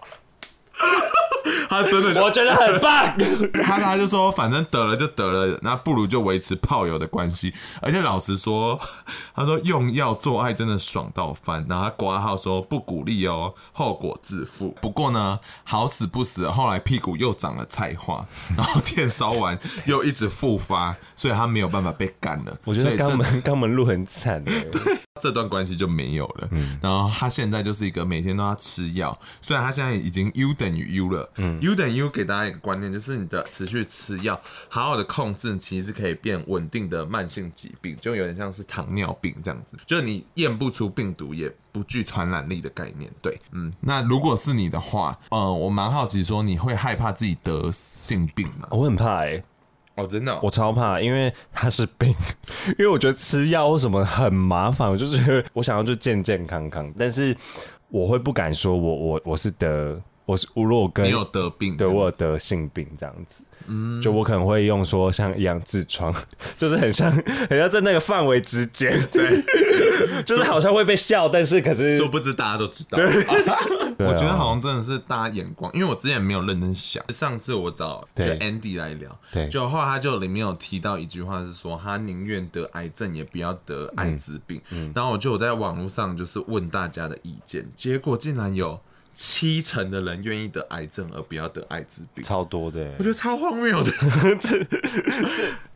B: 他真的就
C: 我觉得很棒。
B: 他他就说，反正得了就得了，那不如就维持炮友的关系。而且老实说，他说用药做爱真的爽到翻，然后他挂号说不鼓励哦，后果自负。不过呢，好死不死，后来屁股又长了菜花，然后 (laughs) 电烧完又一直复发，所以他没有办法被干了。
A: 我觉得
B: (laughs) 所以
A: 肛
B: 这
A: 门肛门路很惨
B: (laughs)
A: 哎、
B: 这段关系就没有了。然后他现在就是一个每天都要吃药，虽然他现在已经 U 等于 U 了。u 等于 U 给大家一个观念，就是你的持续吃药，好好的控制，其实可以变稳定的慢性疾病，就有点像是糖尿病这样子，就是你验不出病毒，也不具传染力的概念。对，嗯，那如果是你的话，呃，我蛮好奇说你会害怕自己得性病吗？
A: 我很怕哎、
B: 哦，真的、哦，
A: 我超怕，因为它是病， (laughs) 因为我觉得吃药或什么很麻 (laughs) 烦，我就觉得我想要就健健康康，但是我会不敢说我我我是得。我是如果我跟
B: 你有得病，
A: 对我有得性病这样子，嗯，就我可能会用说像一样痔疮， (laughs) 就是很像很像在那个范围之间， (laughs)
B: 对，
A: 就是好像会被笑，但是可是
B: 殊不知大家都知道。 (laughs) 我
A: 啊
B: 觉得好像真的是大家眼光，因为我之前没有认真想。上次我找就
A: 对
B: Andy 来聊，
A: 对
B: 就后来他就里面有提到一句话是说，他宁愿得癌症也不要得
A: 嗯
B: 艾滋病。然后我就有在网络上就是问大家的意见，结果竟然有七成的人愿意得癌症而不要得艾滋病。
A: 超多的欸
B: 我觉得超荒谬
A: (laughs)
B: 的，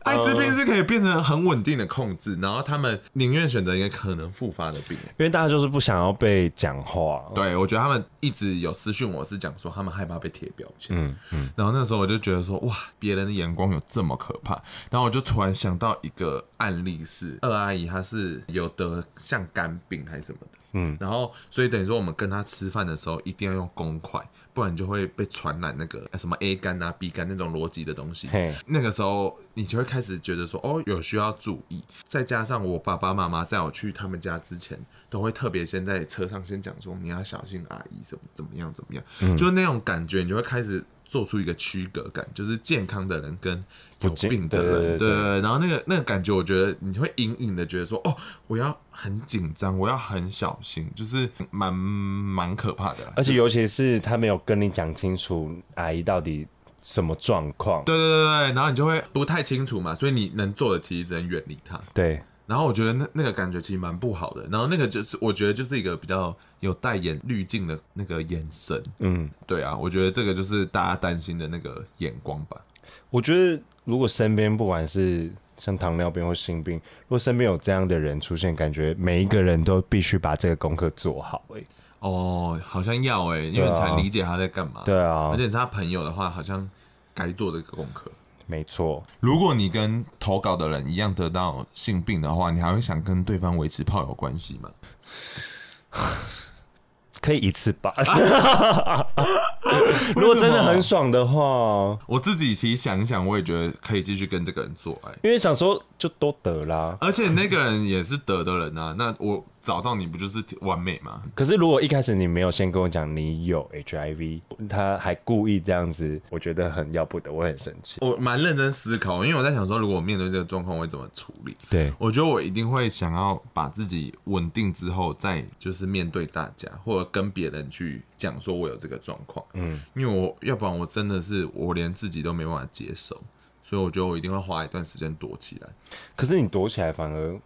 B: 艾滋
A: 哦
B: 病是可以变成很稳定的控制，然后他们宁愿选择一个可能复发的病。
A: 因为大家就是不想要被讲话，
B: 对，我觉得他们一直有私讯我是讲说他们害怕被贴标签，
A: 嗯嗯，
B: 然后那时候我就觉得说哇，别人的眼光有这么可怕，然后我就突然想到一个案例是二阿姨，她是有得像肝病还是什么的，
A: 嗯，
B: 然后所以等于说我们跟她吃饭的时候一定要用公筷，不然你就会被传染那个呃什么 A 肝啊 B 肝那种逻辑的东西，
A: 嘿，
B: 那个时候你就会开始觉得说，哦，有需要注意。再加上我爸爸妈妈在我去他们家之前，都会特别先在车上先讲说，你要小心阿姨什么怎么样怎么样，
A: 嗯
B: 就是那种感觉，你就会开始做出一个区隔感，就是健康的人跟有
A: 健
B: 病的
A: 对对
B: 人，
A: 对对
B: 对对。然后那个那个感觉，我觉得你会隐隐的觉得说，哦，我要很紧张，我要很小心，就是蛮蛮可怕的啦。
A: 而且尤其是他没有跟你讲清楚阿姨到底什么状况，
B: 对对对对，然后你就会不太清楚嘛，所以你能做的其实只能远离它。
A: 对
B: 然后我觉得那那个感觉其实蛮不好的，然后那个就是我觉得就是一个比较有带眼滤镜的那个眼神，
A: 嗯，
B: 对啊，我觉得这个就是大家担心的那个眼光吧。
A: 我觉得如果身边不管是像糖尿病或性病，如果身边有这样的人出现，感觉每一个人都必须把这个功课做好、欸。
B: 哦，好像要哎、因为
A: 对
B: 你
A: 啊
B: 才理解他在干嘛。、
A: 对啊
B: 而，且是他朋友的话，好像该做的功课。
A: 没错，
B: 如果你跟投稿的人一样得到性病的话，你还会想跟对方维持炮友关系吗？
A: 可以一次吧。 (laughs) 如果真的很爽的话，
B: 我自己其实想一想，我也觉得可以继续跟这个人做爱、
A: 因为想说就都得啦。
B: 而且那个人也是得的人啊，那我找到你不就是完美吗？
A: 可是如果一开始你没有先跟我讲你有 HIV，他还故意这样子，我觉得很要不得，我会很生气。
B: 我蛮认真思考，因为我在想说，如果我面对这个状况，我会怎么处理？
A: 对，
B: 我觉得我一定会想要把自己稳定之后，再就是面对大家，或者跟别人去讲说我有这个状况。嗯，因为我要不然我真的是我连自己都没办法接受，所以我觉得我一定会花一段时间躲起来。
A: 可是你躲起来反而，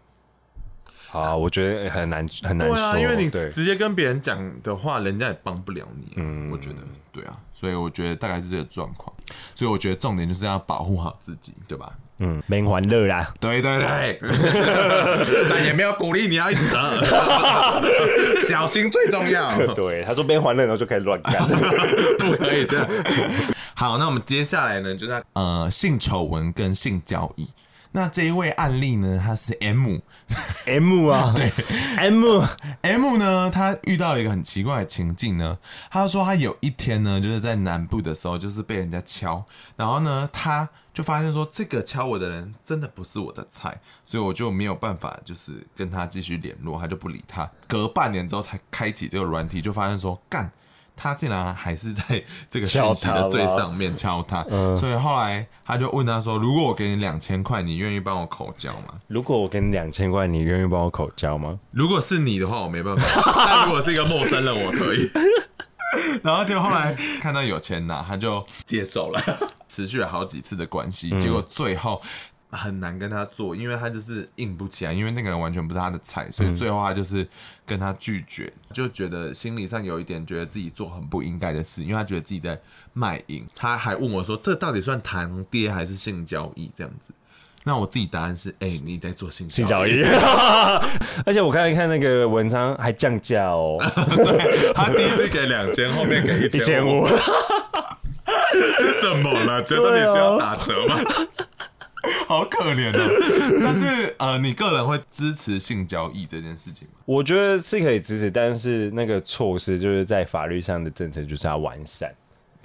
A: 好啊，我觉得很难很难
B: 对
A: 说，
B: 啊，因为你
A: 对
B: 直接跟别人讲的话，人家也帮不了你、嗯，我觉得对啊，所以我觉得大概是这个状况。所以我觉得重点就是要保护好自己，对吧？
A: 嗯，没欢乐啦。
B: 对对对，但也没有鼓励你要一直得，小心最重要，
A: (laughs) 对，他说没欢乐，然后就开始乱干。
B: 不可以这样。好，那我们接下来呢，就是要呃性丑闻跟性交易。那这一位案例呢，他是 M，M
A: M 啊，对 M，
B: 呢，他遇到了一个很奇怪的情境呢。他说他有一天呢，就是在南部的时候，就是被人家敲，然后呢，他就发现说这个敲我的人真的不是我的菜，所以我就没有办法就是跟他继续联络，他就不理他。隔半年之后才开启这个软体，就发现说干。他竟然还是在这个讯息的最上面敲他，所以后来他就问他说：“如果我给你两千块，你愿意帮我口交吗？”
A: 如果我给你两千块，你愿意帮我口交吗？
B: 如果是你的话，我没办法； (laughs) 但如果是一个陌生人，我可以。 (laughs) 然后就后来看到有钱拿，他就接受了，嗯持续了好几次的关系，结果最后很难跟他做，因为他就是硬不起来，因为那个人完全不是他的菜，所以最后他就是跟他拒绝，就觉得心理上有一点觉得自己做很不应该的事，因为他觉得自己在卖淫。他还问我说：“这到底算堂爹还是性交易？”这样子。那我自己答案是：哎、你在做性
A: 性交易， (laughs) 而且我刚才看那个文章还降价
B: (laughs)
A: 哦，
B: 啊他第一次给两千，后面给一
A: 一千
B: 五，
A: 五，
B: 怎么了？觉得你需要打折吗？
A: 啊
B: (laughs) 好可怜哦。但是呃，你个人会支持性交易这件事情吗？
A: (laughs) 我觉得是可以支持，但是那个措施就是在法律上的政策就是要完善，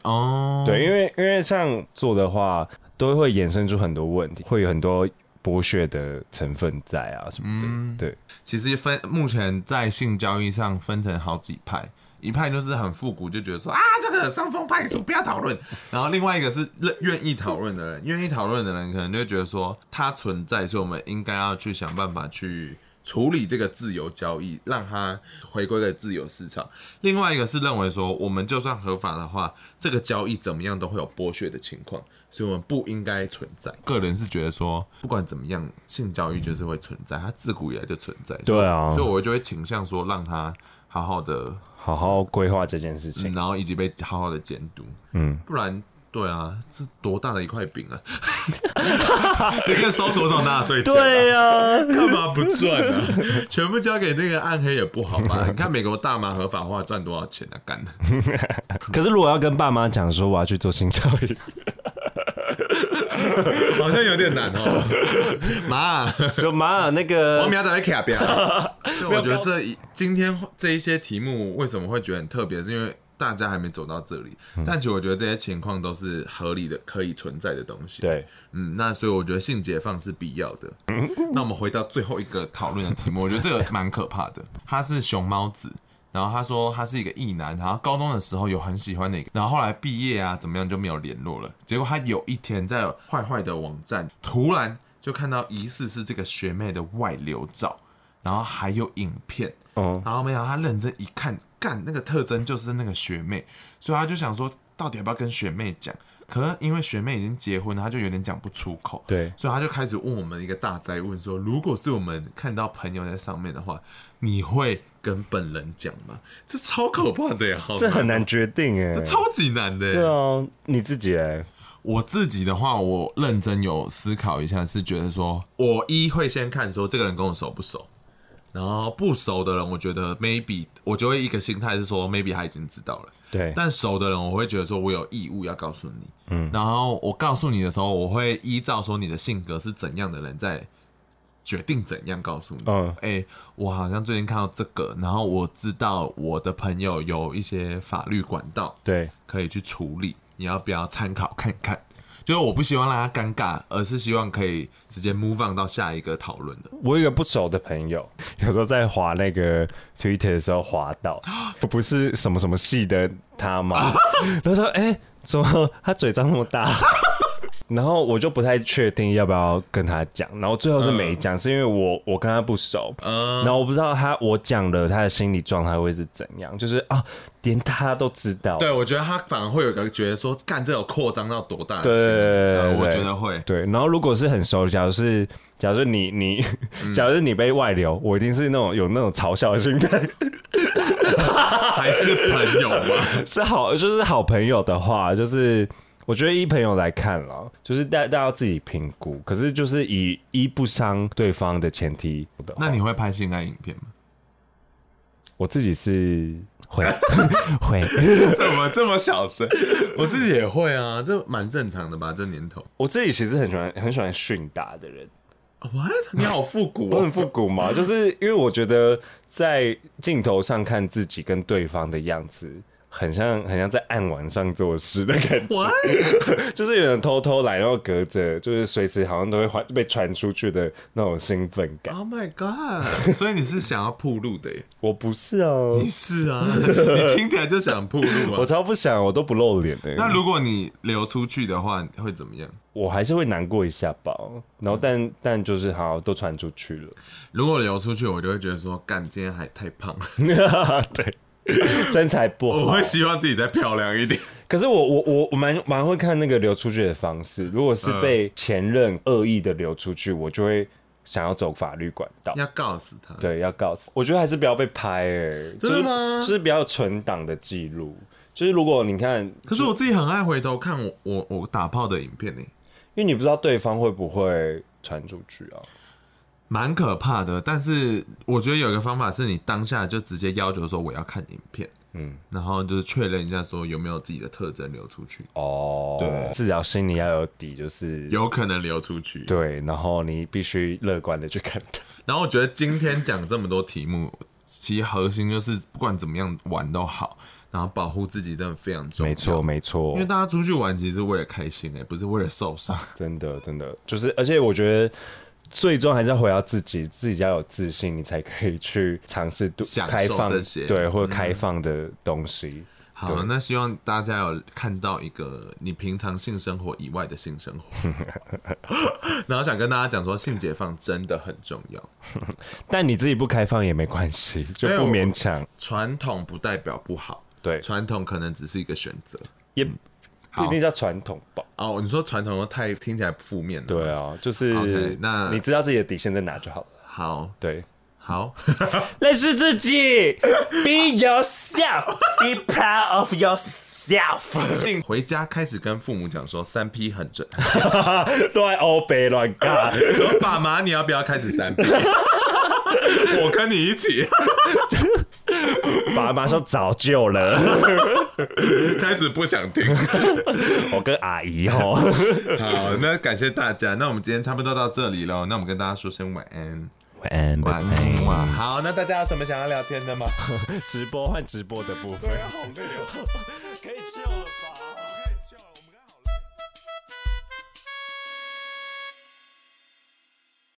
B: 哦，
A: 对，因为因为这样做的话，都会衍生出很多问题，会有很多剥削的成分在
B: 嗯
A: 啊什么的，对，
B: 其实分目前在性交易上分成好几派，一派就是很复古，就觉得说啊，这个伤风败俗，不要讨论。然后另外一个是乐愿意讨论的人，愿意讨论的人可能就会觉得说，它存在，所以我们应该要去想办法去处理这个自由交易，让它回归给自由市场。另外一个是认为说，我们就算合法的话，这个交易怎么样都会有剥削的情况，所以我们不应该存在。个人是觉得说，不管怎么样，性交易就是会存在，它自古以来就存在。
A: 对啊
B: 所以我就会倾向说，让它好好的
A: 好好规划这件事情。
B: 然后以及被好好的监督，
A: 嗯，
B: 不然，对啊，这多大的一块饼啊！你看收多少纳税钱、啊？
A: 对呀、啊，
B: 干嘛不赚呢、啊？全部交给那个暗黑也不好吧？你看美国大麻合法化赚多少钱啊？干的，
A: 可是如果要跟爸妈讲说我要去做性教
B: (laughs)
A: 育，
B: 好像有点难哦。 (laughs) 妈，
A: 说妈那个
B: 我秒打开卡表。啊 (laughs) 所以我觉得这一今天这一些题目为什么会觉得很特别，是因为大家还没走到这里。但其实我觉得这些情况都是合理的、可以存在的东西。
A: 对，
B: 嗯，那所以我觉得性解放是必要的。那我们回到最后一个讨论的题目，我觉得这个蛮可怕的。他是熊猫子，然后他说他是一个异男，然后高中的时候有很喜欢的一个，然后后来毕业啊怎么样就没有联络了。结果他有一天在坏坏的网站突然就看到疑似是这个学妹的外流照，然后还有影片，
A: 哦，
B: 然后没想到他认真一看，干那个特征就是那个学妹，所以他就想说，到底要不要跟学妹讲？可是因为学妹已经结婚了，他就有点讲不出口。
A: 对
B: 所以他就开始问我们一个大灾问说，如果是我们看到朋友在上面的话，你会跟本人讲吗？这超可怕的呀，好
A: 这很
B: 哦
A: 难，决定哎、
B: 这超级难的耶。
A: 对啊，你自己哎，
B: 我自己的话，我认真有思考一下，是觉得说，我一会先看说这个人跟我熟不熟，然后不熟的人，我觉得 maybe 我就会一个心态是说 maybe 他已经知道了，
A: 对，
B: 但熟的人，我会觉得说我有义务要告诉你，嗯，然后我告诉你的时候，我会依照说你的性格是怎样的人在。决定怎样告诉你。
A: 嗯
B: 哎、我好像最近看到这个，然后我知道我的朋友有一些法律管道，
A: 对，
B: 可以去处理，你要不要参考看看？就是我不希望让他尴尬，而是希望可以直接 move on 到下一个讨论的。
A: 我有一个不熟的朋友， (laughs) 有时候在滑那个 Twitter 的时候滑到， (gasps) 不是什么什么系的他
B: (laughs)
A: 吗？然后说，哎、怎么他嘴张那么大？ (laughs) 然后我就不太确定要不要跟他讲，然后最后是没
B: 嗯
A: 讲，是因为我我跟他不熟，然后我不知道他我讲了他的心理状态会是怎样，就是啊，连他都知道，
B: 对，我觉得他反而会有个觉得说，干这有扩张到多大的心
A: 对
B: 理？呃
A: 对
B: 我觉得会。
A: 对，然后如果是很熟，假如是，假如是你你，假如是你被外流，我一定是那种有那种嘲笑的心态，
B: 还是朋
A: (laughs)
B: 友嘛？
A: 是好，就是好朋友的话，就是我觉得依朋友来看了，就是大大家要自己评估，可是就是以一不伤对方的前提的话
B: 那你会拍性爱影片吗？
A: 我自己是会会，
B: 怎么这么小声？ (laughs) 我自己也会啊，这蛮正常的吧？这年头
A: 我自己其实很喜欢很喜欢训打的人，
B: ，what？你好复古
A: 我很
B: 哦。
A: 复古嘛，就是因为我觉得在镜头上看自己跟对方的样子，很像很像在暗网上做事的感觉，
B: What？
A: (laughs) 就是有人偷偷来，然后隔着，就是随时好像都会传被传出去的那种兴奋感。
B: (laughs) Oh my god！所以你是想要铺路的耶？
A: 我不是哦、
B: 你是啊，你听起来就想铺路啊
A: 我。超不想，我都不露脸的、
B: 那如果你流出去的话，会怎么样？
A: 我还是会难过一下吧。然后但但就是好，都传出去
B: 如果流出去，我就会觉得说，干，今天还太胖， (laughs)
A: 了， (laughs) 对，身材不好。
B: 我会希望自己再漂亮一点。
A: 可是我我我我蛮蛮会看那个流出去的方式，如果是
B: 嗯
A: 被前任恶意的流出去，我就会想要走法律管道。
B: (laughs) 要告诉他，
A: 对，要告诉，我觉得还是不要被拍、欸，
B: 真的吗
A: 就是？就是不要有存档的记录。就是如果你看，
B: 可是我自己很爱回头看我我我打炮的影片呢、欸
A: 因为你不知道对方会不会传出去啊。
B: 蛮可怕的。但是我觉得有一个方法是你当下就直接要求说我要看影片，
A: 嗯，
B: 然后就是确认一下说有没有自己的特征流出去，
A: 哦，
B: 对
A: 至少心里要有底，就是
B: (laughs) 有可能流出去。
A: 对，然后你必须乐观的去看它。
B: 然后我觉得今天讲这么多题目，其实核心就是不管怎么样玩都好，然后保护自己真的非常重要。
A: 没错，没错
B: 因为，大家出欸
A: (laughs)
B: 去玩其实是为了开心哎、不是为了受伤。
A: 真的真的就是，而且我觉得最终还是要回到自己，自己要有自信，你才可以去尝试多
B: 享受
A: 开放
B: 这些嗯
A: 对，或者开放的东西。
B: 好，那希望大家有看到一个你平常性生活以外的性生活， (laughs) 然后想跟大家讲说，性解放真的很重要。
A: 但你自己不开放也没关系，就
B: 对
A: 不
B: 我
A: 勉强。
B: 传统不代表不好，
A: 对，
B: 传嗯统可能只是一个选择。
A: 也不一定叫传统吧。
B: 哦，你说传统又太听起来负面了。，
A: 对啊，就是
B: OK，那
A: 你知道自己的底线在哪就好了。
B: 好
A: 对，
B: 好，
A: 认识自己，Be yourself, be proud of yourself 。
B: (laughs)
A: (laughs)
B: 性回家开始跟父母讲说三 P 很准，
A: 乱欧北乱尬，
B: 说爸妈你要不要开
A: (laughs)
B: 始三 P？我跟你一起
A: 爸妈说早就了，
B: 开始不想听。
A: 我跟阿姨哦。
B: (laughs) 好，那感谢大家，那我们今天差不多到这里喽，那我们跟大家说声晚安，
A: 晚安，拜
B: 晚
A: 拜。
B: 安哇。好，那大家有什么想要聊天的吗？
A: 直播换直播的部分，
B: 好累哦。
A: (laughs) 可以救了吧？